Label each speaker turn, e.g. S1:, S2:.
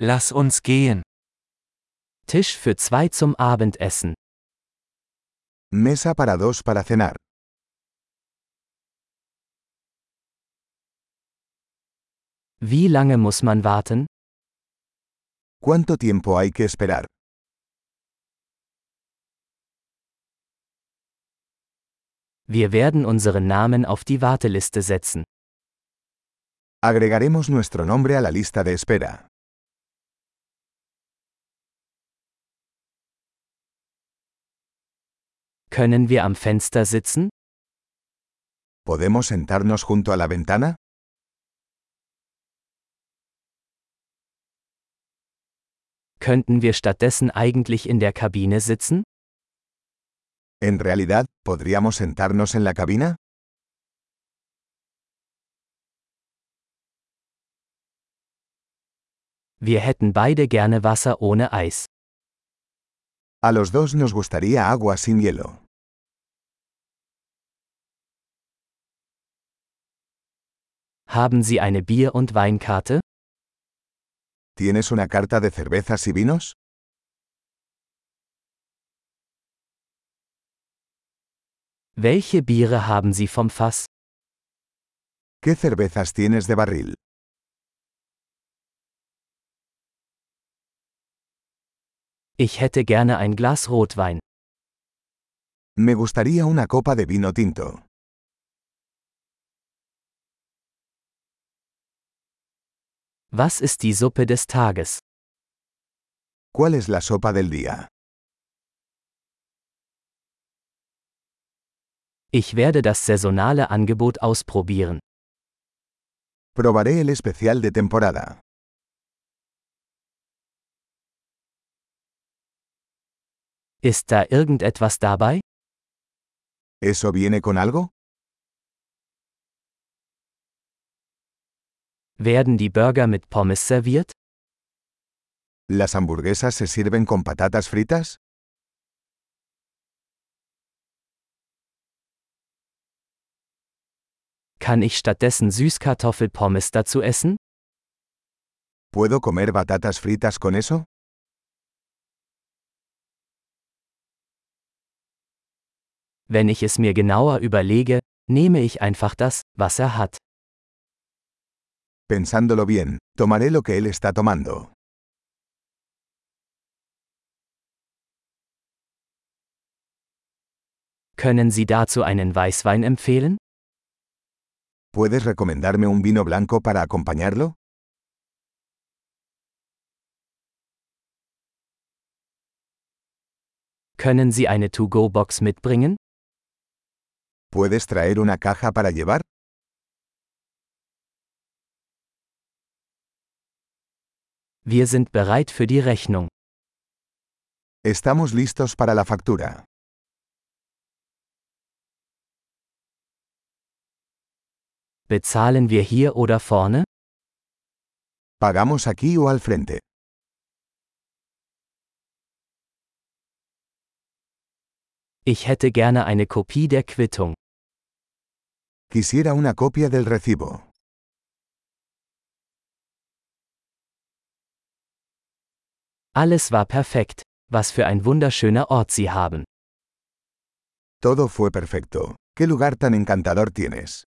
S1: Lass uns gehen. Tisch für zwei zum Abendessen.
S2: Mesa para dos para cenar.
S1: Wie lange muss man warten?
S2: ¿Cuánto tiempo hay que esperar?
S1: Wir werden unseren Namen auf die Warteliste setzen.
S2: Agregaremos nuestro nombre a la lista de espera.
S1: Können wir am Fenster sitzen?
S2: ¿Podemos sentarnos junto a la ventana?
S1: Könnten wir stattdessen eigentlich in der Kabine sitzen?
S2: ¿En realidad, podríamos sentarnos en la cabina?
S1: Wir hätten beide gerne Wasser ohne Eis.
S2: A los dos nos gustaría agua sin hielo.
S1: Haben Sie eine Bier- und Weinkarte?
S2: ¿Tienes una carta de cervezas y vinos?
S1: Welche Biere haben Sie vom Fass?
S2: ¿Qué cervezas tienes de barril?
S1: Ich hätte gerne ein Glas Rotwein.
S2: Me gustaría una copa de vino tinto.
S1: Was ist die Suppe des Tages?
S2: ¿Cuál es la sopa del día?
S1: Ich werde das saisonale Angebot ausprobieren.
S2: Probaré el especial de temporada.
S1: Ist da irgendetwas dabei?
S2: ¿Eso viene con algo?
S1: Werden die Burger mit Pommes serviert?
S2: ¿Las hamburguesas se sirven con patatas fritas?
S1: Kann ich stattdessen Süßkartoffelpommes dazu essen?
S2: ¿Puedo comer batatas fritas con eso?
S1: Wenn ich es mir genauer überlege, nehme ich einfach das, was er hat.
S2: Pensándolo bien, tomaré lo que él está tomando.
S1: Können Sie dazu einen Weißwein empfehlen?
S2: ¿Puedes recomendarme un vino blanco para acompañarlo?
S1: Können Sie eine To-Go-Box mitbringen?
S2: ¿Puedes traer una caja para llevar?
S1: Wir sind bereit für die Rechnung.
S2: Estamos listos para la factura.
S1: Bezahlen wir hier oder vorne?
S2: ¿Pagamos aquí o al frente?
S1: Ich hätte gerne eine Kopie der Quittung.
S2: Quisiera una copia del recibo.
S1: Alles war perfekt. Was für ein wunderschöner Ort Sie haben.
S2: Todo fue perfecto. ¿Qué lugar tan encantador tienes?